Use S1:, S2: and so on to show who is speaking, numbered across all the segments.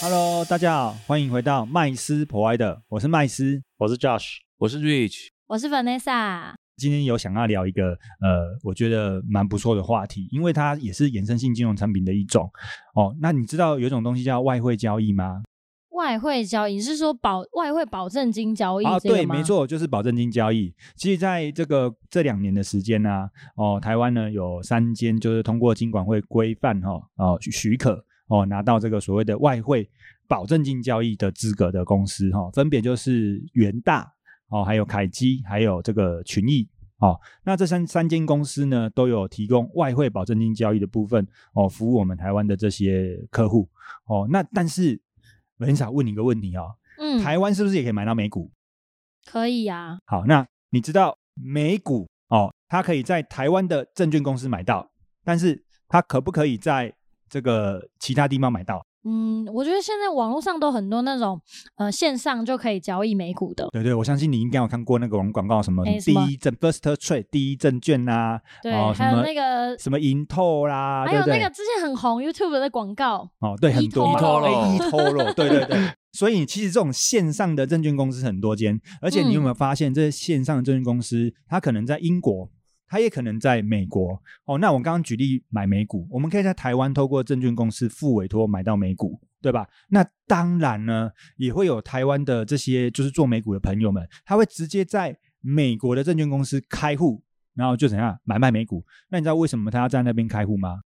S1: Hello，大家好，欢迎回到麦斯 Provider，我是麦斯。
S2: 我是 Josh。
S3: 我是 Rich，
S4: 我是 Vanessa，
S1: 今天有想要聊一个呃，我觉得蛮不错的话题，因为它也是衍生性金融产品的一种哦。那你知道有一种东西叫外汇交易吗？
S4: 外汇交易你是说保外汇保证金交易
S1: 啊，
S4: 这个
S1: 对，
S4: 吗
S1: 没，错，就是保证金交易。其实，在这个这两年的时间呢、哦，台湾呢有三间就是通过金管会规范哈哦许许可哦拿到这个所谓的外汇保证金交易的资格的公司哈、哦，分别就是元大哦，还有凯基，还有这个群益。哦，那这三三间公司呢，都有提供外汇保证金交易的部分哦，服务我们台湾的这些客户哦。那但是，我很想问你一个问题哦，
S4: 嗯，
S1: 台湾是不是也可以买到美股？
S4: 可以啊，
S1: 好，那你知道美股哦，它可以在台湾的证券公司买到，但是它可不可以在这个其他地方买到？
S4: 嗯，我觉得现在网络上都很多那种呃线上就可以交易美股的，
S1: 对对，我相信你应该有看过那个广广告，什么
S4: 哎什
S1: 第
S4: 么
S1: 一证 First Trade 第一证券啦、
S4: 对，
S1: 哦
S4: 还有
S1: 什么
S4: 那个，
S1: 什么银透啦，
S4: 呃还
S1: 对
S4: 有
S1: 不对？
S4: 那个之前很红 YouTube 的广告，
S1: 哦，对，很多嘛，
S3: eToro
S1: 一透露， 对对对。所以其实这种线上的证券公司很多间，而且你有没有发现，这些线上的证券公司，它可能在英国，它也可能在美国。哦，那我刚刚举例买美股，我们可以在台湾透过证券公司付委托买到美股，对吧？那当然呢，也会有台湾的这些就是做美股的朋友们，他会直接在美国的证券公司开户，然后就怎样买卖美股。那你知道为什么他要在那边开户吗？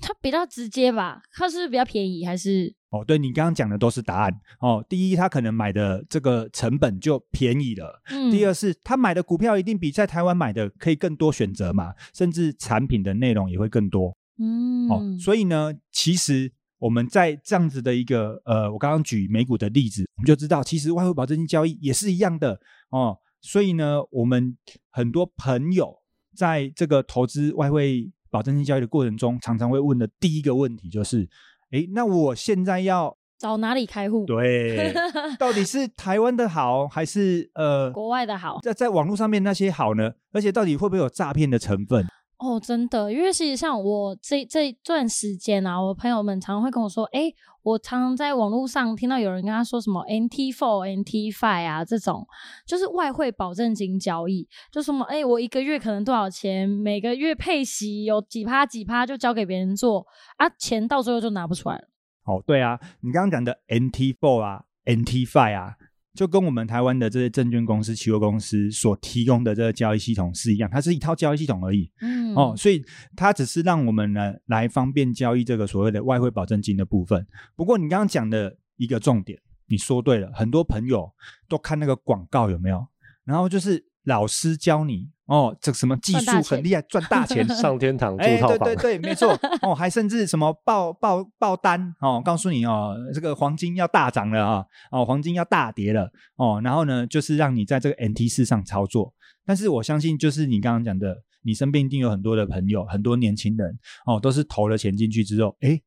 S4: 它比较直接吧，它是不是比较便宜还是？
S1: 哦，对你刚刚讲的都是答案哦。第一，他可能买的这个成本就便宜了；
S4: 嗯，
S1: 第二是他买的股票一定比在台湾买的可以更多选择嘛，甚至产品的内容也会更多
S4: 嗯，
S1: 哦。所以呢，其实我们在这样子的一个呃，我刚刚举美股的例子，我们就知道，其实外汇保证金交易也是一样的哦。所以呢，我们很多朋友在这个投资外汇保证金交易的过程中，常常会问的第一个问题就是：诶，那我现在要
S4: 找哪里开户？
S1: 对， 到底是台湾的好还是呃
S4: 国外的好
S1: 在在网络上面那些好呢？而且到底会不会有诈骗的成分？
S4: 哦，真的，因为其实像我这这一段时间啊，我朋友们常常会跟我说，哎、我常常在网络上听到有人跟他说什么 NT four、NT five 啊这种，就是外汇保证金交易，就什么哎、诶我一个月可能多少钱，每个月配息有几趴几趴就交给别人做啊，钱到最后就拿不出来了。
S1: 哦，对啊，你刚刚讲的 NT four 啊，NT five 啊，就跟我们台湾的这些证券公司、期货公司所提供的这个交易系统是一样，它是一套交易系统而已。
S4: 嗯，
S1: 哦，，所以它只是让我们呢来方便交易这个所谓的外汇保证金的部分。不过你刚刚讲的一个重点，你说对了，很多朋友都看那个广告有没有？然后就是老师教你哦，这什么技
S4: 赚大
S1: 术
S4: 钱
S1: 很厉害，赚大 钱。
S2: 上天堂住
S1: 哎，
S2: 套
S1: 对
S2: 房
S1: 对，对，没 错哦，还甚至什么爆爆爆单哦，告诉你哦，这个黄金要大涨了啊，哦，黄金要大跌了哦，然后呢，就是让你在这个 NT 市场操作。但是我相信，就是你刚刚讲的，你身边一定有很多的朋友，很多年轻人哦，都是投了钱进去之后，哎，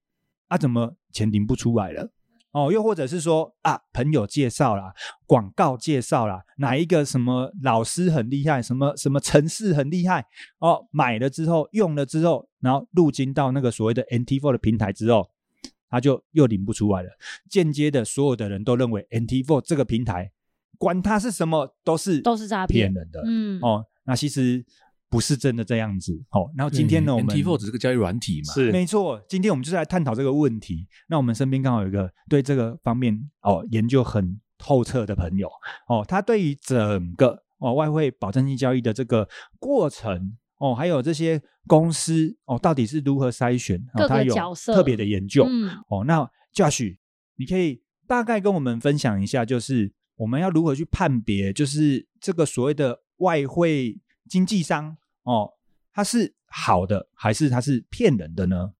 S1: 啊，怎么钱领不出来了？哦，又或者是说啊，朋友介绍啦，广告介绍啦，哪一个什么老师很厉害，什么什么城市很厉害，哦，买了之后用了之后，然后入金到那个所谓的 NT4 的平台之后，它就又领不出来了。间接的，所有的人都认为 NT4 这个平台，管它是什么，都是
S4: 都是诈骗
S1: 骗人的。
S4: 嗯，
S1: 哦，那其实不是真的这样子。哦，然后今天呢，我们
S3: NT4 只是个交易软体嘛，
S2: 是
S1: 没错，今天我们就是来探讨这个问题。那我们身边刚好有一个对这个方面哦研究很透彻的朋友哦，他对于整个哦外汇保证金交易的这个过程哦，还有这些公司哦到底是如何筛选，
S4: 各
S1: 哦、
S4: 个
S1: 他有
S4: 角色
S1: 特别的研究、
S4: 嗯
S1: 哦。那 Josh，你可以大概跟我们分享一下，就是我们要如何去判别，就是这个所谓的外汇经纪商哦，它是好的还是它是骗人的呢？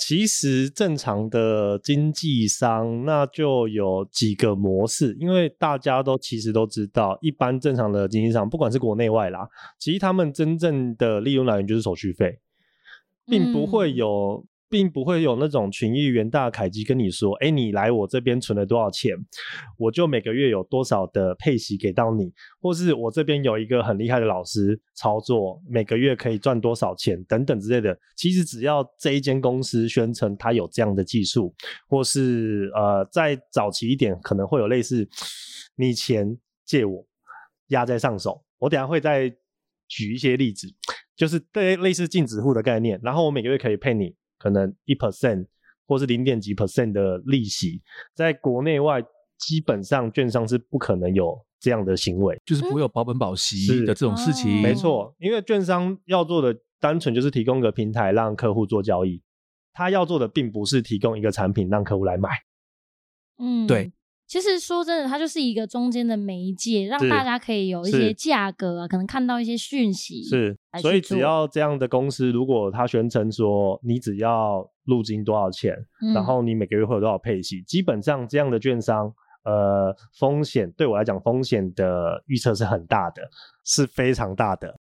S2: 其实正常的经纪商那就有几个模式，因为大家都其实都知道，一般正常的经纪商，不管是国内外啦，其实他们真正的利润来源就是手续费，并不会有。并不会有那种群益元大凯基跟你说，哎，你来我这边存了多少钱，我就每个月有多少的配息给到你，或是我这边有一个很厉害的老师操作，每个月可以赚多少钱等等之类的。其实只要这一间公司宣称它有这样的技术，或是呃再早期一点可能会有类似，你钱借我压在上手，我等一下会再举一些例子，就是类类似净值户的概念，然后我每个月可以配你可能一 percent 或是零点几 percent 的利息，在国内外基本上券商是不可能有这样的行为。
S3: 就是不会有保本保息
S2: 是
S3: 的这种事情。
S4: 哦
S2: 没错，因为券商要做的单纯就是提供个平台让客户做交易，他要做的并不是提供一个产品让客户来买。
S4: 嗯，
S3: 对。
S4: 其实说真的，它就是一个中间的媒介，让
S2: 是
S4: 大家可以有一
S2: 是
S4: 些价格啊，可能看到一些讯息。，
S2: 是
S4: 还，
S2: 所
S4: 去
S2: 以只
S4: 做
S2: 要这样的公司，如果他宣称说你只要入金多少钱，
S4: 嗯、
S2: 然后你每个月会有多少配息，基本上这样的券商。呃，风险对我来讲，风险的预测是很大的，是非常大的。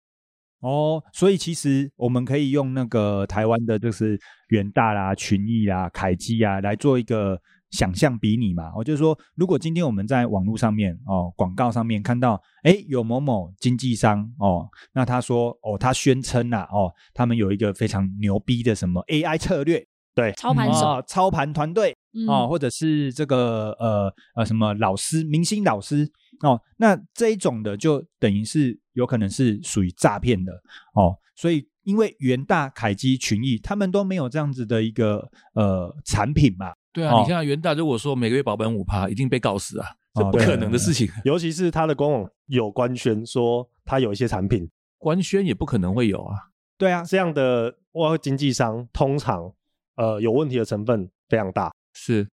S1: 哦，所以其实我们可以用那个台湾的，就是元大啦、群益啦、凯基啊，来做一个想象比拟嘛。哦我就说，如果今天我们在网络上面哦，广告上面看到，诶，有某某经纪商哦，那他说哦，他宣称呐、哦，他们有一个非常牛逼的什么 AI 策略，
S4: 操盘手，
S1: 哦、操盘团队，
S4: 嗯
S1: 哦，或者是这个呃呃什么老师、明星老师哦，那这一种的就等于是有可能是属于诈骗的哦，所以因为元大、凯基、群益他们都没有这样子的一个呃产品嘛，
S3: 对啊，
S1: 哦
S3: 你看看元大，如果说每个月保本五趴，一定被告死啊，
S1: 哦
S3: 这不可能的事情。
S2: 尤其是他的官网有官宣说他有一些产品，
S3: 官宣也不可能会有啊。
S1: 对啊，
S2: 这样的外汇经纪商通常呃有问题的成分非常大。
S3: 是，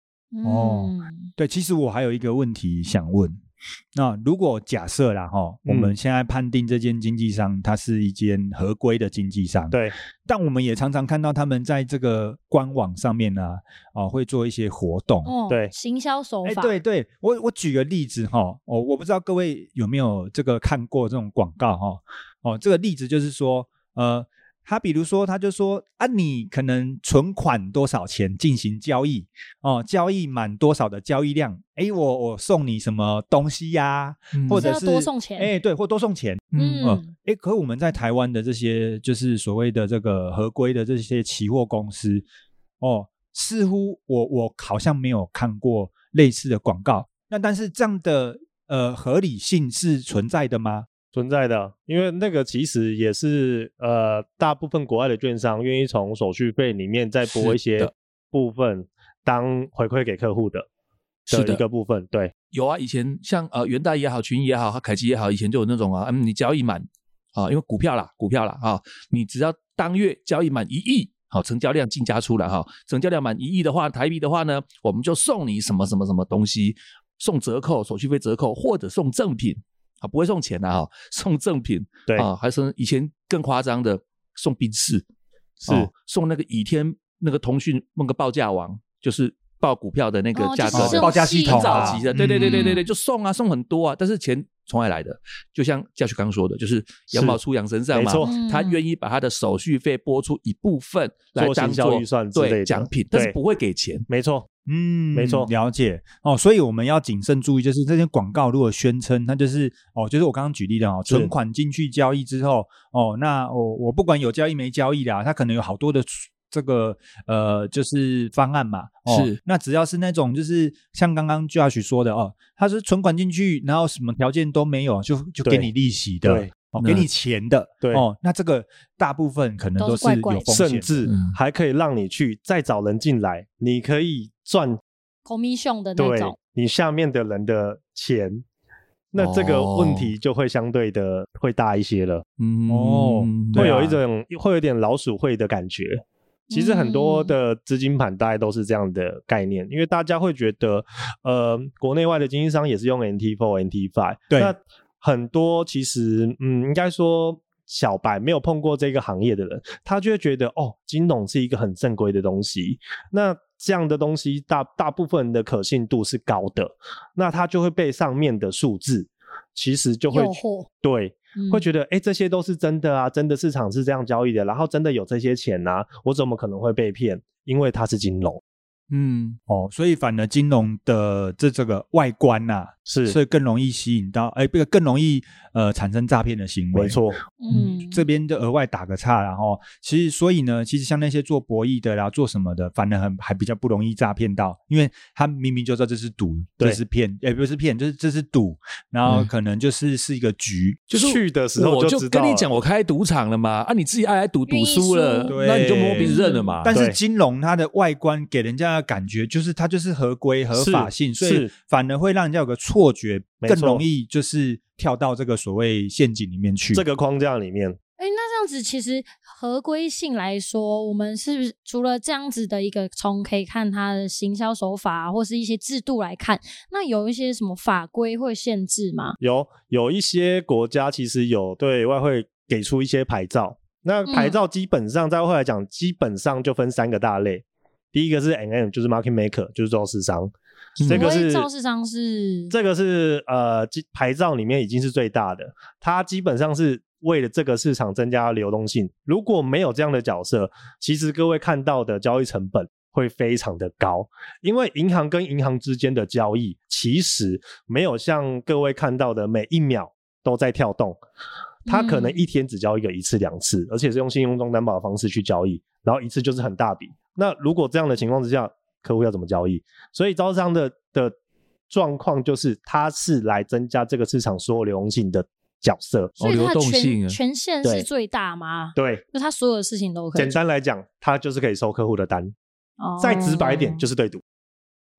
S1: 哦
S4: 嗯
S1: 对，其实我还有一个问题想问。那如果假设啦哈，我们
S2: 嗯
S1: 现在判定这间经纪商它是一间合规的经纪商，
S2: 对，
S1: 但我们也常常看到他们在这个官网上面呢、啊，哦，会做一些活动，
S4: 哦，
S2: 对
S4: 行销手
S1: 哎，
S4: 法，
S1: 对对，我我举个例子哈，哦，我不知道各位有没有这个看过这种广告哈，哦，这个例子就是说，呃，他比如说他就说啊，你可能存款多少钱进行交易哦，交易满多少的交易量，哎，我我送你什么东西呀、
S3: 嗯
S1: 或者
S4: 就是要多送钱
S1: 哎，对，或多送钱，
S3: 嗯，
S1: 呃
S4: 嗯，
S1: 哎，可我们在台湾的这些就是所谓的这个合规的这些期货公司，哦，似乎我我好像没有看过类似的广告。那但是这样的呃合理性是存在的吗？
S2: 存在的，啊因为那个其实也是呃，大部分国外的券商愿意从手续费里面再拨一
S3: 是
S2: 些
S3: 的
S2: 部分当回馈给客户的
S3: 是的
S2: 一个部分。对，
S3: 有啊，以前像呃元大也好，群益也好，凯基也好，以前就有那种啊，嗯，你交易满啊，因为股票啦，股票啦啊，你只要当月交易满一亿，好、成交量进加出来哈、成交量满一亿的话，台币的话呢，我们就送你什么什么什么东西，送折扣，手续费折扣，或者送赠品啊，不会送钱的哈、送赠品，
S2: 对
S3: 啊，还是以前更夸张的送宾士，
S2: 是
S3: 送那个倚天那个通讯那个报价王，就是报股票的那个
S4: 哦
S3: 价格的、
S4: 就是
S1: 哦
S4: 这种
S1: 报价系
S4: 系
S1: 统
S3: 很
S4: 统
S3: 早
S1: 啊，
S3: 期的，对对对对对对，
S1: 嗯
S3: 就送啊，送很多啊，但是钱从哪里来的？就像嘉旭刚说的，就是羊毛出羊身上嘛
S2: 没，错，
S4: 嗯
S3: 他愿意把他的手续费拨出一部分来
S2: 做
S3: 当
S2: 行销
S3: 做
S2: 预算之类
S3: 对
S2: 的
S3: 奖品，但是
S2: 对
S3: 不会给钱。
S2: 没错，
S1: 嗯，
S2: 没错
S1: 了解哦，所以我们要谨慎注意，就是这些广告如果宣称它就是哦，就是我刚刚举例的哦，
S2: 是
S1: 存款进去交易之后哦，那我、我不管有交易没交易啦，它可能有好多的这个呃，就是方案嘛，哦、
S3: 是
S1: 那只要是那种就是像刚刚 Josh 说的哦，它是存款进去，然后什么条件都没有，就就给
S2: 对
S1: 你利息的
S2: 对。
S1: 哦，
S3: 那
S1: 给你钱的，
S2: 对
S1: 哦，那这个大部分可能
S4: 都
S1: 都
S4: 是
S1: 是
S4: 怪
S1: 有
S4: 怪的
S1: 风险
S2: 甚
S1: 的，
S2: 至
S3: 嗯
S2: 还可以让你去再找人进来，你可以赚
S4: commission 的那
S2: 对
S4: 种，
S2: 你下面的人的钱，那这个
S3: 哦
S2: 问题就会相对的会大一些了，
S3: 嗯
S1: 哦对啊
S2: 会有一种会有点老鼠会的感觉。其实很多
S4: 嗯
S2: 的资金盘大概都是这样的概念，因为大家会觉得，呃，国内外的经纪商也是用 NT4、NT5，
S1: 对
S2: 那很多其实，嗯，应该说小白没有碰过这个行业的人，他就会觉得哦，金融是一个很正规的东西。那这样的东西大大部分的可信度是高的，那他就会被上面的数字其实就会
S4: 诱惑
S2: 对
S4: 嗯
S2: 会觉得，哎、这些都是真的啊，真的市场是这样交易的，然后真的有这些钱呐、我怎么可能会被骗？因为它是金融，
S3: 嗯，
S1: 哦，所以反而金融的这这个外观呐、
S2: 是
S1: 所以更容易吸引到，哎，这个更容易呃产生诈骗的行为。
S2: 没错，
S4: 嗯，
S1: 这边就额外打个岔啦，然后其实所以呢，其实像那些做博弈的啦，做什么的，反而很还比较不容易诈骗到，因为他明明就知道这是赌，
S2: 对嗯
S1: 这是骗，哎也不是骗，就是这是赌，然后可能就是是一个局。
S3: 就是
S2: 去的时候
S3: 我就
S2: 知道
S3: 跟
S2: 了
S3: 你讲，我开赌场了嘛，啊，你自己爱来赌，赌输了
S4: 愿意
S1: 输，
S3: 那你就摸鼻子认了嘛。
S1: 但是
S2: 啊对
S1: 金融它的外观给人家的感觉就是它就是合规合法性，所
S2: 是
S1: 以
S2: 是
S1: 反而会让人家有个错觉，
S2: 没
S1: 更
S2: 错
S1: 容易就是跳到这个所谓陷阱里面去。
S2: 这个框架里面，
S4: 哎、那这样子其实合规性来说，我们是不是除了这样子的一个从可以看它的行销手法、啊、或是一些制度来看，那有一些什么法规会限制吗？
S2: 有有一些国家其实有对外汇给出一些牌照，那
S4: 嗯
S2: 牌照基本上在外汇来讲，基本上就分三个大类。第一个是 N M，就是 market maker，就是造市商，
S3: 嗯
S2: 这个
S4: 所谓
S2: 是
S4: 造市商是
S2: 这个是呃基牌照里面已经是最大的，它基本上是为了这个市场增加流动性。如果没有这样的角色，其实各位看到的交易成本会非常的高，因为银行跟银行之间的交易其实没有像各位看到的每一秒都在跳动，它可能
S4: 嗯
S2: 一天只交易个一次两次，而且是用信用中担保的方式去交易，然后一次就是很大笔。那如果这样的情况之下，客户要怎么交易？所以招商的的状况就是，它是来增加这个市场所有流动性的角色。
S4: 所以
S3: 流
S4: 它的
S3: 动
S4: 权、
S3: 性啊
S4: 权限
S2: 对
S4: 是最大吗？
S2: 对，
S4: 就它所有的事情都可以
S2: 简单来讲，它就是可以收客户的单。
S4: 哦
S2: 再直白一点，就是对赌。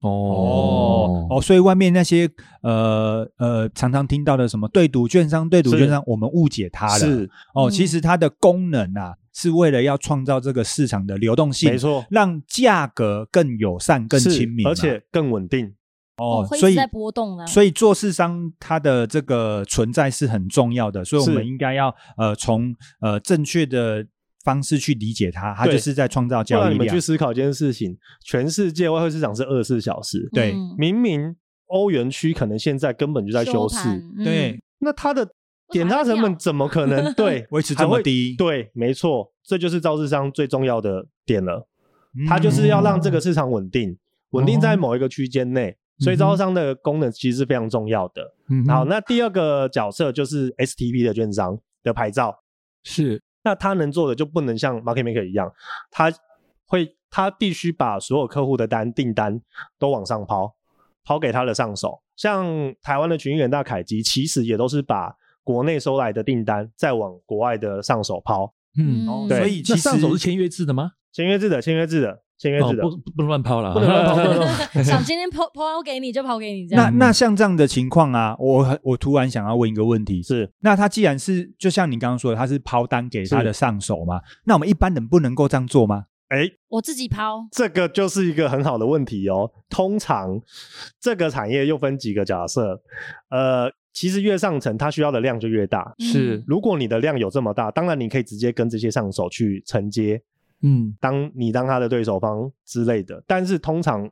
S1: 哦哦，所以外面那些呃呃常常听到的什么对赌券商、对赌
S2: 是
S1: 券商，我们误解它了。
S2: 是，
S1: 哦，
S4: 嗯
S1: 其实它的功能啊，是为了要创造这个市场的流动性，
S2: 没，错，
S1: 让价格更友善、更
S2: 是
S1: 亲民嘛，
S2: 而且更稳定。
S1: 哦，
S4: 会一
S1: 所
S4: 直
S1: 以
S4: 在波动
S2: 嗯
S4: 的。
S1: 所以做市商它的这个存在是很重要的，所以我
S2: 是
S1: 们应该要呃从呃正确的方式去理解它，它
S2: 对
S1: 就是在创造
S2: 不
S1: 交
S2: 然
S1: 易
S2: 你们
S1: 量
S2: 去。思考一件事情：全世界外汇市场是二十四小时，
S1: 对
S4: 嗯
S2: 明明欧元区可能现在根本就在休
S4: 收
S2: 市，
S4: 盘嗯
S1: 对，
S2: 那它的点
S4: 为什么
S2: 差
S4: 还
S2: 成本
S4: 跳
S2: 怎么可 能对
S1: 维持这么低
S2: 还会对，没错，这就是招市商最重要的点了。
S1: 嗯哦
S2: 它就是要让这个市场稳定，稳定在某一个区间内。
S1: 嗯
S2: 所以招商的功能其实是非常重要的。
S3: 嗯
S2: 好，那第二个角色就是 STP 的券商的牌照，
S3: 是
S2: 那他能做的就不能像 Market Maker 一样，他会他必须把所有客户的单订单都往上抛，抛给他的上手。像台湾的群益人大凯基，其实也都是把国内收来的订单再往国外的上手抛，
S3: 嗯，
S4: 嗯
S1: 哦所
S2: 对
S1: 以其
S3: 那
S1: 实
S3: 上手是签约制的吗？
S2: 签约制的，签约制的，签约
S3: 哦，
S2: 制的，
S3: 不不不能乱抛了，
S2: 不能乱抛不能乱 抛
S4: 想今天抛抛给你就抛给你这
S1: 那
S2: 嗯
S4: 样。
S1: 那像这样的情况啊，我很我突然想要问一个问题：
S2: 是
S1: 那他既然是就像你刚刚说的，他是抛单给他的上手嘛，那我们一般人不能够这样做吗？
S2: 哎、
S4: 我自己抛，
S2: 这个就是一个很好的问题哦。通常这个产业又分几个假设，呃，其实越上层它需要的量就越大，
S4: 嗯
S3: 是
S2: 如果你的量有这么大，当然你可以直接跟这些上手去承接，
S3: 嗯
S2: 当你当他的对手方之类的。但是通常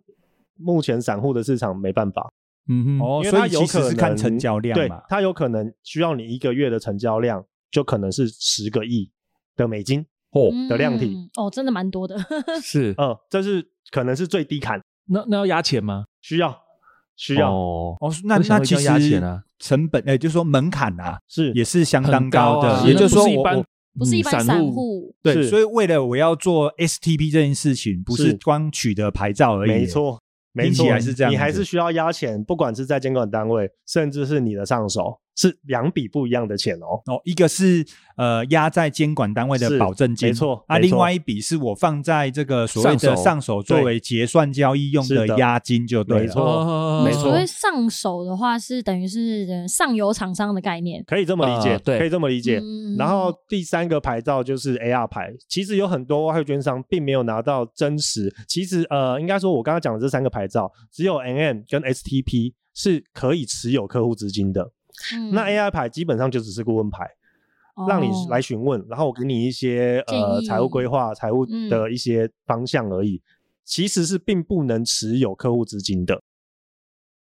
S2: 目前散户的市场没办法，
S3: 嗯哼
S1: 哦，
S2: 因为
S1: 所
S2: 他
S1: 以
S2: 有
S1: 其
S2: 可
S1: 实
S2: 能
S1: 是看成交量
S2: 对
S1: 嘛。
S2: 他有可能需要你一个月的成交量，就可能是十个亿的美金。
S3: 哦
S2: 的量体
S4: 嗯哦，真的 蛮多的。
S3: 是，
S2: 嗯，这是可能是最低坎，
S3: 那那要压钱吗？
S2: 需要需要、
S3: 哦，
S1: 哦，那
S3: 我想
S1: 那
S3: 说
S1: 其
S3: 要压钱
S1: 实
S3: 啊
S1: 成本，哎，就是说门槛啊，
S2: 是
S1: 也是相当
S3: 很高
S1: 的。
S3: 啊
S1: 也就是说
S3: 那不是一
S1: 我，
S3: 般
S1: 我
S4: 不是一
S3: 嗯
S4: 般散
S3: 散
S4: 户，
S1: 对，
S2: 是
S1: 所以为了我要做 STP 这件事情，不是
S2: 是
S1: 光取得牌照而已。
S2: 没，错。没
S1: 听起
S2: 错，
S1: 来是这样
S2: 你还
S1: 子
S2: 是需要压钱，不管是在监管单位，甚至是你的上手，是两笔不一样的钱哦。
S1: 哦，一个是呃压在监管单位的
S2: 是
S1: 保证金，
S2: 没错
S1: 啊，
S2: 没
S1: 另
S2: 错
S1: 外一笔是我放在这个所谓的
S3: 上手
S1: 上手作
S2: 对
S1: 为结算交易用
S2: 是
S1: 的
S2: 的
S1: 押金就对
S2: 没
S1: 了。
S2: 错
S3: 哦
S2: 没
S4: 嗯所
S2: 错
S4: 谓上手的话是等于是呃上游厂商的概念。
S2: 可以这么理解，
S3: 啊对
S2: 可以这么理解。
S4: 嗯
S2: 然后第三个牌照就是 AR 牌，其实有很多外汇券商并没有拿到真实。其实呃，应该说我刚刚讲的这三个牌照，只有 NM 跟 STP 是可以持有客户资金的。那 AR 牌基本上就只是顾问牌。让你
S4: 嗯哦
S2: 来询问，然后我给你一些呃
S4: 建议
S2: 财务规划、财务
S4: 嗯
S2: 的一些方向而已。其实是并不能持有客户资金的，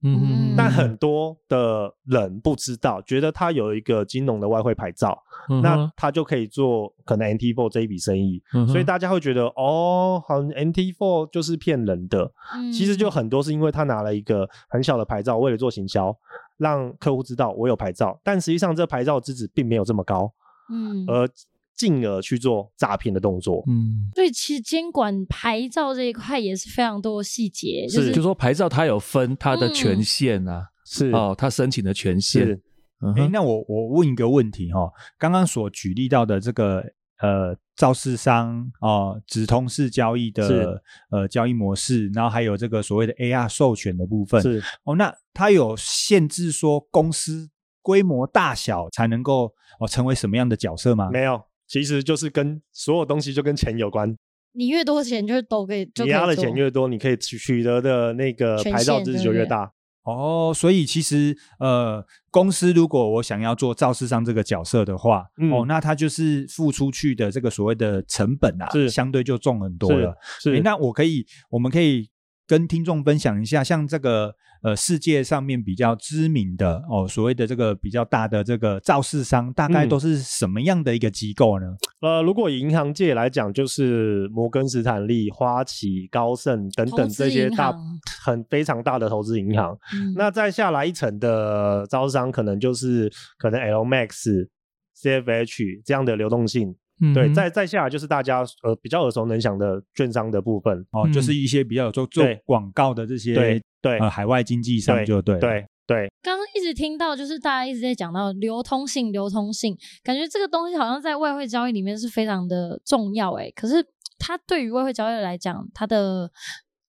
S3: 嗯嗯嗯，
S2: 但很多的人不知道，觉得他有一个金融的外汇牌照，
S3: 嗯
S2: 那他就可以做可能 NT Four 这一笔生意，
S3: 嗯哼
S2: 所以大家会觉得哦，好 NT Four 就是骗人的，
S4: 嗯
S2: 其实就很多是因为他拿了一个很小的牌照，为了做行销，让客户知道我有牌照，但实际上这牌照资质并没有这么高，
S4: 嗯，
S2: 而进而去做诈骗的动作。
S3: 嗯，
S4: 所以其实监管牌照这一块也是非常多细节，就是是
S3: 就说牌照它有分它的权
S4: 嗯
S3: 限啊，
S2: 嗯是
S3: 哦，它申请的权限
S2: 是，，
S3: 嗯
S1: 哎，
S3: 哼
S1: 那我我问一个问题哈、哦，刚刚所举例到的这个呃，肇事商哦、直通式交易的
S2: 是
S1: 呃交易模式，然后还有这个所谓的 AR 授权的部分，
S2: 是
S1: 哦，那它有限制说公司规模大小才能够哦成为什么样的角色吗？
S2: 没有，其实就是跟所有东西就跟钱有关，
S4: 你越多钱就都给，就
S2: 你
S4: 可以
S2: 压的
S4: 做
S2: 钱越多，你可以取取得的那个
S4: 权
S2: 牌照
S4: 限
S2: 资质
S4: 对
S2: 就
S4: 不
S2: 越
S4: 对
S2: 大。
S1: 哦，所以其实呃，公司如果我想要做肇事商这个角色的话，
S2: 嗯
S1: 哦，那它就是付出去的这个所谓的成本啊，
S2: 是
S1: 相对就重很多
S2: 是
S1: 了。
S2: 是
S1: 诶那我可以，我们可以跟听众分享一下，像这个呃世界上面比较知名的哦，所谓的这个比较大的这个肇事商，大概
S2: 嗯
S1: 都是什么样的一个机构呢？
S2: 呃，如果以银行界来讲，就是摩根斯坦利、花旗、高盛等
S4: 投
S2: 等
S4: 资
S2: 这些
S4: 银
S2: 大
S4: 行
S2: 很非常大的投资银行。
S4: 嗯
S2: 那再下来一层的招商，可能就是可能 LMAX、CFH 这样的流动性。
S3: 嗯
S2: 对，
S3: 哼
S2: 再再下来就是大家呃比较耳熟能详的券商的部分。
S1: 哦，就
S3: 嗯
S1: 是一些比较有做做
S2: 对
S1: 广告的这些
S2: 对对
S4: 啊
S1: 呃海外经济商就对了
S2: 对对，
S4: 刚刚一直听到，就是大家一直在讲到流通性，流通性，感觉这个东西好像在外汇交易里面是非常的重要诶、可是它对于外汇交易来讲，它的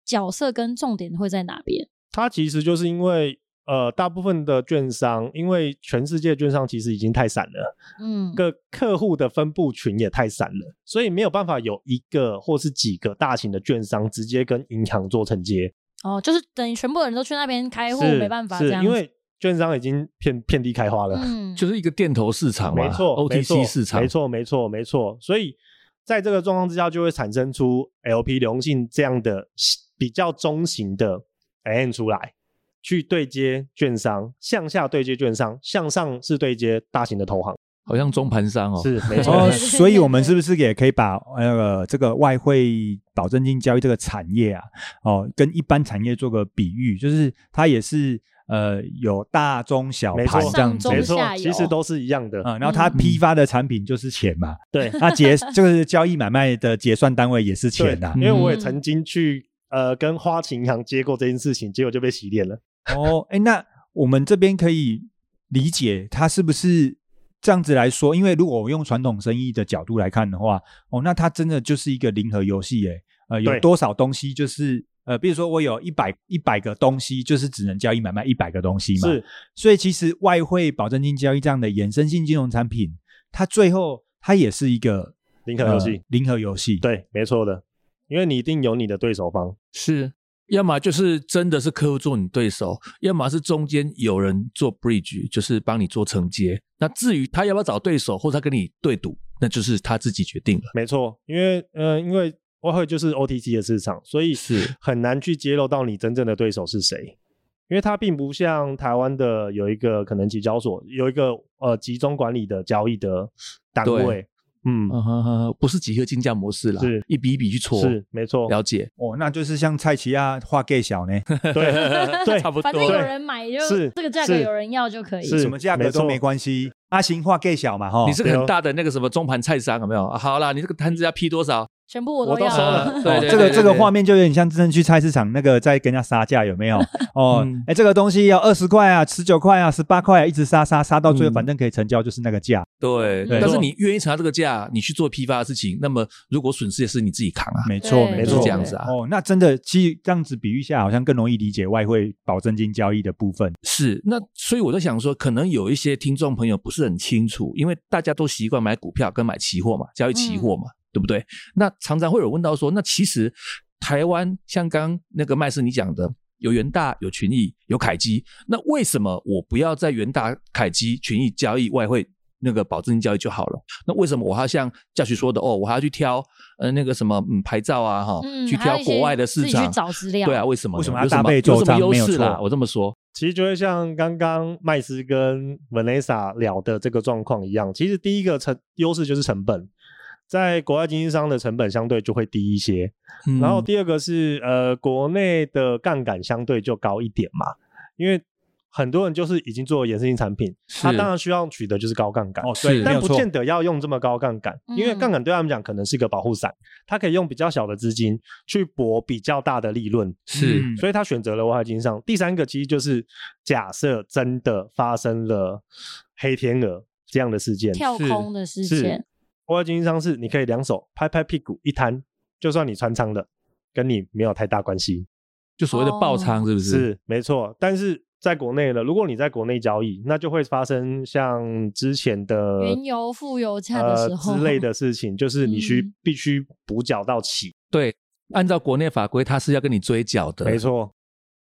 S4: 角色跟重点会在哪边？
S2: 它其实就是因为。呃，大部分的券商，因为全世界券商其实已经太散了，
S4: 嗯，
S2: 个客户的分布群也太散了，所以没有办法有一个或是几个大型的券商直接跟银行做承接。
S4: 哦，就是等于全部人都去那边开户，
S2: 是
S4: 没办法
S2: 是
S4: 这样子，
S2: 因为券商已经遍遍地开花了。
S4: 嗯，
S3: 就是一个电投市场嘛，
S2: 没错没错
S3: ，OTC 市场，
S2: 没，错，没错，没错。所以在这个状况之下，就会产生出 LP 流动性这样的比较中型的 AM 出来，去对接券商，向下对接券商，向上是对接大型的投行。
S3: 好像 中盘商哦，
S2: 是没 错。
S1: 哦，
S4: 对
S1: 所以我们是不是也可以把呃这个外汇保证金交易这个产业啊，哦，跟一般产业做个比喻，就是它也是呃有大中小
S2: 没
S1: 盘
S2: 错
S1: 这样子
S4: 中
S2: 没
S1: 啊、
S2: 错
S4: 下，
S2: 其
S4: 游
S2: 实都是一样的。
S1: 嗯然后它批发的产品就是钱嘛，
S2: 对
S1: 那结 就是交易买卖的结算单位也是钱啊呐、
S2: 因为我也
S4: 嗯
S2: 曾经去呃跟花旗银行接过这件事情，结果就被洗脸了。
S1: 哦，哎，那我们这边可以理解它是不是这样子来说？因为如果我用传统生意的角度来看的话，哦，那它真的就是一个零和游戏耶。呃，有
S2: 对
S1: 多少东西就是呃，比如说我有一百一百个东西，就是只能交易买卖一百个东西嘛。
S2: 是，
S1: 所以其实外汇保证金交易这样的衍生性金融产品，它最后它也是一个
S2: 零和游戏
S1: 呃零和游戏。
S2: 对，没错的，因为你一定有你的对手方。
S3: 是，要么就是真的是客户做你对手，要么是中间有人做 bridge，就是帮你做承接。那至于他要不要找对手，或者他跟你对赌，那就是他自己决定了。
S2: 没错，因为呃，因为外汇就是 OTC 的市场，所以
S3: 是
S2: 很难去揭露到你真正的对手是谁，因为它并不像台湾的有一个可能期交所有一个呃集中管理的交易的单
S3: 对
S2: 位。嗯，
S3: 嗯哼哼，不是集合竞价模式啦，
S2: 是
S3: 一笔一笔去搓，
S2: 是没错，
S3: 了解。
S1: 哦，那就是像蔡奇亚画 gay 小呢，
S2: 对对
S3: 差不多
S4: 反正有
S2: 对
S4: 人买就是这个价格
S2: 是
S4: 有人要就可 以，
S2: 是
S1: 什么价格
S2: 没
S1: 都
S2: 错
S1: 没关系。阿行画 gay 小嘛，哈，
S3: 你这个很大的那个什么中盘菜商有没有？啊好啦，你这个摊子要批多少？
S4: 全部
S2: 我
S4: 我都
S2: 都
S4: 要
S2: 收了
S3: 啊
S1: 哦
S3: 对，对
S1: 这个
S3: 对对
S1: 这个
S3: 对
S1: 画面就有点像真正去菜市场那个在跟人家杀价，有没有？哦
S3: 嗯，
S1: 哎，这个东西要二十块啊，十九块啊，十八块啊，一直杀杀杀到最后，
S3: 嗯
S1: 反正可以成交就是那个价，
S3: 对，哦
S1: 对
S3: 但是你愿意查这个价，你去做批发的事情，那么如果损失也是你自己扛啊。
S1: 没错，
S4: 对
S1: 没
S3: 就是
S1: 错，
S3: 这样子啊
S1: 哦，那真的，其实这样子比喻下，好像更容易理解外汇保证金交易的部分。
S3: 是，那所以我在想说，可能有一些听众朋友不是很清楚，因为大家都习惯买股票跟买期货嘛，交易期货嘛，
S4: 嗯
S3: 对不对？那常常会有人问到说，那其实台湾像刚刚那个麦斯你讲的，有元大、有群益、有凯基，那为什么我不要在元大、凯基、群益交易外汇？那个保证交易就好了。那为什么我还要像教学说的哦，我还要去挑呃那个什么嗯牌照啊哈，
S4: 嗯，
S3: 去
S4: 还有
S3: 挑
S4: 一
S3: 国
S4: 些
S3: 外的
S4: 自
S3: 市
S4: 己
S3: 场
S4: 去找资料，
S3: 对啊，，为什么呢？
S1: 为什么要
S3: 有
S1: 搭配
S3: 有
S1: 周
S3: 什么
S1: 章
S3: 优
S1: 没有
S3: 势啦？
S1: 错
S3: 我这么说，
S2: 其实就会像刚刚麦斯跟 Vanessa 聊的这个状况一样，其实第一个成优势就是成本，在国外经纪商的成本相对就会低一些，
S3: 嗯
S2: 然后第二个是呃，国内的杠杆相对就高一点嘛，因为很多人就是已经做衍生性产品，他
S3: 是
S2: 当然需要取的就是高杠杆。
S1: 哦，
S3: 是
S1: 对，没
S2: 但
S1: 有
S2: 不
S1: 错
S2: 见，得要用这么高杠杆，因为
S4: 嗯
S2: 杠杆对他们讲可能是个保护伞，他可以用比较小的资金去博比较大的利润，
S3: 是
S1: 嗯
S2: 所以他选择了外海经商。第三个其实就是假设真的发生了黑天鹅这样的事件，
S4: 跳
S3: 是
S4: 空的事
S2: 是
S4: 件，
S2: 国外经纪商是你可以两手拍拍屁股一摊，就算你穿仓了，跟你没有太大关系。
S3: 就所谓的爆仓是不是？
S2: 哦是没错，但是在国内了，如果你在国内交易，那就会发生像之前的
S4: 原油负油价的时候
S2: 呃、之类的事情，就是你需、
S4: 嗯
S2: 必须补缴到期。
S3: 对，按照国内法规，它是要跟你追缴的。
S2: 没，错，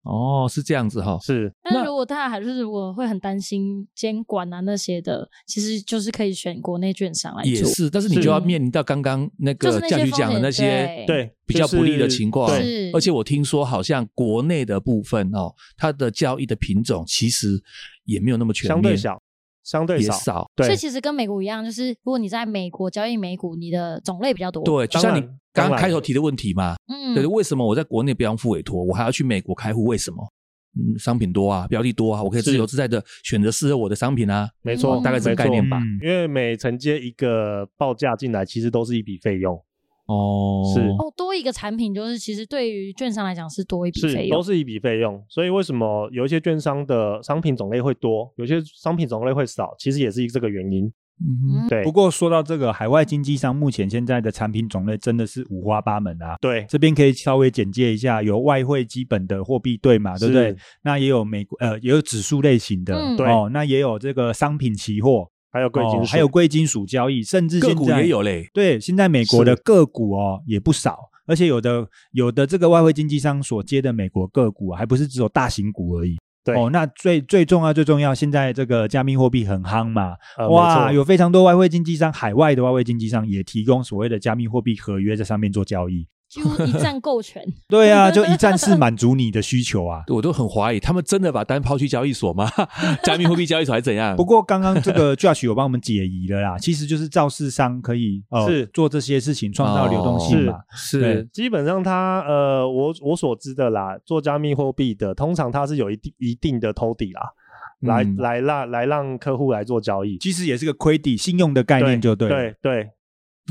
S3: 哦，是这样子哈。
S2: 是
S4: 但
S3: 那
S4: 如果大家还是我会很担心监管啊那些的，其实就是可以选国内券商来
S3: 也
S4: 做。
S3: 是，但是你
S2: 是
S3: 就要面临到刚刚那
S4: 就是
S3: 个
S4: 那些
S3: 教育讲的那
S4: 风
S3: 些
S4: 险
S2: 对
S3: 比较不利的情况
S2: 就是
S4: 对是。
S3: 而且我听说，好像国内的部分哦，它的交易的品种其实也没有那么全面，
S2: 相对小，相对
S3: 也
S2: 少，
S3: 少。
S4: 所
S2: 对
S4: 以，其实跟美股一样，就是如果你在美国交易美股，你的种类比较多。，
S3: 对，就
S2: 当
S3: 像你
S2: 然
S3: 刚
S2: 当
S3: 刚
S2: 然
S3: 开头提的问题嘛，
S4: 嗯，
S3: 对，为什么我在国内不用付委托，我还要去美国开户？为什么？嗯，商品多啊，标的多啊，我可以自
S2: 是
S3: 由自在的选择适合我的商品啊。
S2: 没错，
S1: 哦
S4: 嗯
S3: 大概这个
S2: 没
S3: 概念
S2: 错
S3: 吧。
S1: 嗯
S2: 因为每承接一个报价进来，其实都是一笔费用，
S3: 哦，
S2: 是
S1: 嗯
S4: 哦，多一个产品，就是其实对于券商来讲是多一笔费
S2: 是都
S4: 用。
S2: 是一笔费用。所以为什么有一些券商的商品种类会多，有些商品种类会少，其实也是这个原因。
S3: 嗯
S4: 嗯
S2: 对
S1: 不过说到这个，海外经纪商目前现在的产品种类真的是五花八门啊。
S2: 对，
S1: 这边可以稍微简介一下，有外汇基本的货币对啊嘛，对不对
S2: 是？？
S1: 那也有美国呃，也有指数类型的，
S4: 嗯
S2: 对
S1: 哦，那也有这个商品期货，
S2: 还有贵金属，
S1: 哦还有贵金属交易，甚至
S3: 个
S1: 现
S3: 股
S1: 在
S3: 也有嘞，
S1: 对，现在美国
S2: 是
S1: 的个股哦也不少，而且有的有的这个外汇经纪商所接的美国个股、啊，还不是只有大型股而已。
S2: 对
S1: 哦，那最最重要最重要，现在这个加密货币很夯嘛，
S2: 呃
S1: 哇，
S2: 没错
S1: 有非常多外汇经纪商，海外的外汇经纪商也提供所谓的加密货币合约在上面做交易。
S4: 几乎一站购全。
S1: 对啊，就一站式满足你的需求啊。
S3: 我都很怀疑，他们真的把单抛去交易所吗？ 加密货币交易所还是怎样？
S1: 不过刚刚这个 Josh 有帮我们解疑了啦，其实就是造市商可以呃
S2: 是
S1: 做这些事情，创造流动性嘛。
S3: 哦是
S1: 对
S2: 基本上它呃，我我所知的啦，做加密货币的，通常它是有一定一定的偷底啦，来
S3: 嗯
S2: 来让来让客户来做交易，
S1: 其实也是个亏底信用的概念，就对了。
S2: 对对，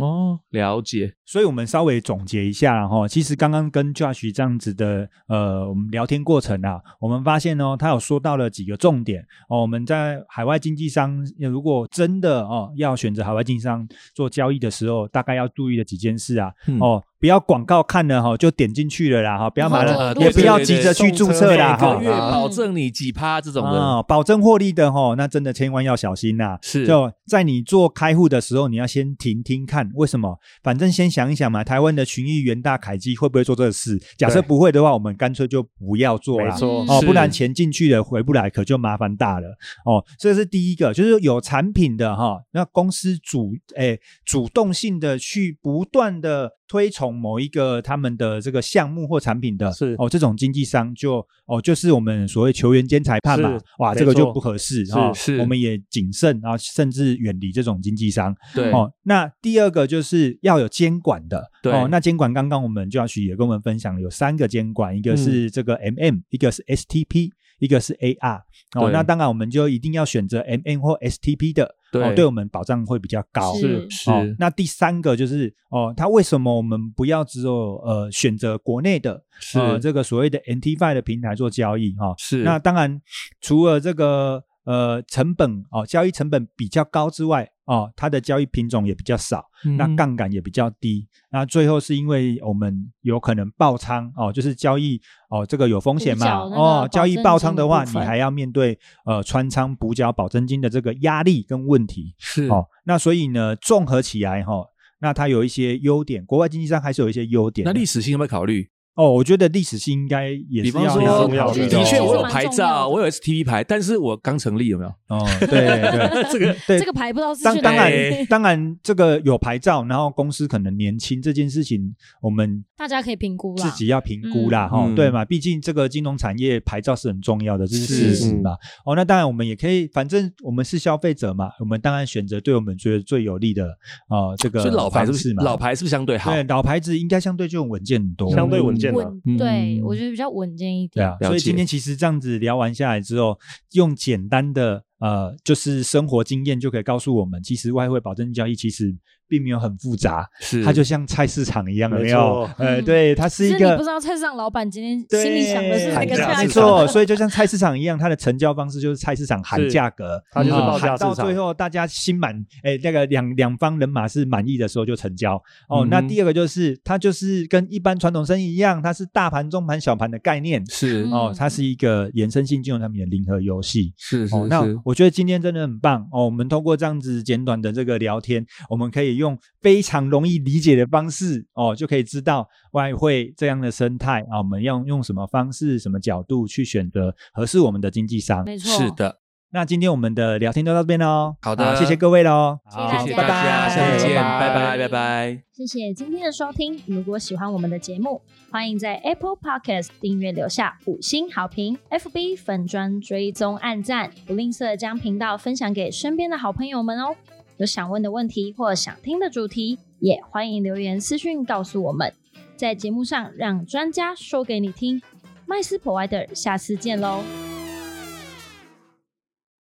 S3: 哦，了解，
S1: 所以我们稍微总结一下啦哈，其实刚刚跟 Josh 这样子的呃，我们聊天过程啊，我们发现哦，他有说到了几个重点哦。我们在海外经纪商呃如果真的哦要选择海外经纪商做交易的时候，大概要注意的几件事啊，
S3: 嗯
S1: 哦，不要广告看了哈、就点进去了啦哈、不要马上、
S4: 哦
S3: 啊
S4: 对
S1: 也不要
S3: 对对
S1: 急着去注
S2: 送
S1: 册
S2: 车
S1: 啦
S2: 那
S1: 哈嗯
S3: 每
S2: 好
S3: 个
S2: 个
S3: 月
S2: 月
S3: 保
S4: 保
S3: 证
S4: 证
S3: 你几趴这种的，
S1: 啊、保证获利的哈、那真的千万要小心呐、
S3: 是
S1: 就在你做开户的时候，你要先停听看，为什么？反正先想一想嘛，台湾的群益、元大、凯基会不会做这个事？假设
S2: 对
S1: 不会的话，我们干脆就不要做
S2: 没
S1: 啦。
S4: 嗯
S2: 错，
S1: 哦，
S3: 是
S1: 不然钱进去了回不来，可就麻烦大了哦。这是第一个，就是有产品的哈、那公司主诶主动性的去不断的推崇某一个他们的这个项目或产品的，
S2: 是
S1: 哦，这种经纪商就哦就是我们所谓球员兼裁判嘛
S2: 是，
S1: 哇，
S2: 没
S1: 这个就
S2: 错
S1: 不合适
S2: 是
S1: 哈、
S3: 是
S1: 我们也谨慎啊，甚至远离这种经纪商。
S3: 对
S1: 哦，那第二个就是要有监管的，
S3: 对
S1: 哦，那监管刚刚我们就要许也跟我们分享了有三个监管，一
S3: 嗯
S1: 个是这个 MM，、一个是 STP，一个是 AR，哦
S3: 对，
S1: 那当然我们就一定要选择 MM 或 STP 的，
S3: 对
S1: 哦，对我们保障会比较高，
S4: 是
S3: 是
S1: 哦，那第三个就是哦，它为什么我们不要只有呃选择国内的
S3: 是
S1: 呃这个所谓的 NTFI 的平台做交易哈、哦？
S3: 是
S1: 那当然，除了这个呃成本哦，交易成本比较高之外，哦，它的交易品种也比较少，那
S3: 嗯
S1: 杠杆也比较低。那最后是因为我们有可能爆仓哦，就是交易哦，这个有风险
S4: 补
S1: 嘛
S4: 缴那个
S1: 哦
S4: 保，
S1: 交易
S4: 证
S1: 爆
S4: 金
S1: 仓
S4: 的
S1: 的话，
S4: 部
S1: 你
S4: 分
S1: 还要面对呃穿仓补缴保证金的这个压力跟问题。
S3: 是
S1: 哦，那所以呢，综合起来哈、那它有一些优点，国外经济商还是有一些优点的。
S3: 那历史性有没有考虑？
S1: 哦，我觉得历史性应该也
S3: 比
S1: 是
S3: 方
S1: 要
S3: 说
S1: 很重要
S2: 我觉
S1: 的哦，
S2: 得
S3: 的确我有
S4: 蛮重
S3: 牌
S4: 要的
S3: 照，我有 STP 牌，但是我刚成立，有没有？
S1: 哦，对对，这个对
S4: 这个牌不知道是
S1: 当
S4: 去
S1: 当
S4: 哪
S1: 然
S4: 里，
S1: 当然，这个有牌照，然后公司可能年轻这件事情，我们
S4: 大家可以评估啦
S1: 自己要评估啦，哈、
S3: 嗯
S1: 对嘛？毕竟这个金融产业牌照是很重要的，这是
S3: 是嗯
S1: 事实嘛。哦，那当然我们也可以，反正我们是消费者嘛，我们当然选择对我们觉得最有利的呃这个
S3: 所以老牌
S1: 方
S3: 是不是
S1: 式嘛。
S3: 老牌是不是相对好？
S1: 对老牌子应该相对就很稳健很多，
S2: 相对稳健了。
S4: 稳
S3: 嗯，
S4: 对我觉得比较稳健一
S1: 对
S4: 点。
S1: 啊，
S3: 了
S1: 所以
S3: 解
S1: 今天其实这样子聊完下来之后，用简单的呃，就是生活经验就可以告诉我们，其实外汇保证交易其实并没有很复杂，
S3: 是
S1: 它就像菜市场一样，有
S2: 没
S1: 没有
S2: 错？
S1: 呃，
S4: 嗯
S1: 对，它是一
S4: 只你
S1: 个
S4: 不知道菜市场老板今天
S1: 对
S4: 心里想的是那个
S2: 喊价
S4: 价格，
S1: 没错， 所以就像菜市场一样，它的成交方式就是菜市场喊
S2: 是
S1: 价格，
S2: 它就是
S1: 啊
S2: 报价
S1: 喊
S2: 市
S1: 到
S2: 场
S1: 最后大家心满，哎，那个两两方人马是满意的时候就成交。哦，那
S3: 嗯哼
S1: 第二个就是它就是跟一般传统生意一样，它是大盘、中盘、小盘的概念。
S3: 是
S1: 哦
S4: 嗯，
S1: 它是一个延伸性金融产品的零和游戏。
S3: 是是
S1: 哦，那
S3: 是，
S1: 我觉得今天真的很棒哦。我们通过这样子简短的这个聊天，我们可以用非常容易理解的方式哦，就可以知道外汇这样的生态啊，我们要用什么方式、什么角度去选择合适我们的经纪商。
S4: 没错，
S3: 是的，
S1: 那今天我们的聊天就到这边喽。
S3: 好的
S1: 谢谢各位喽，
S4: 谢
S1: 好
S3: 谢谢
S4: 大
S3: 大家，
S4: 家
S3: 下次见，
S1: 拜
S3: 拜
S1: 拜
S3: 拜，拜拜。
S4: 谢谢今天的收听。如果喜欢我们的节目，欢迎在 Apple Podcast 订阅留下五星好评，FB 粉砖追踪按赞，不吝啬将频道分享给身边的好朋友们哦。有想问的问题或想听的主题，也欢迎留言私讯告诉我们，在节目上让专家说给你听。麦斯 Provider，下次见喽。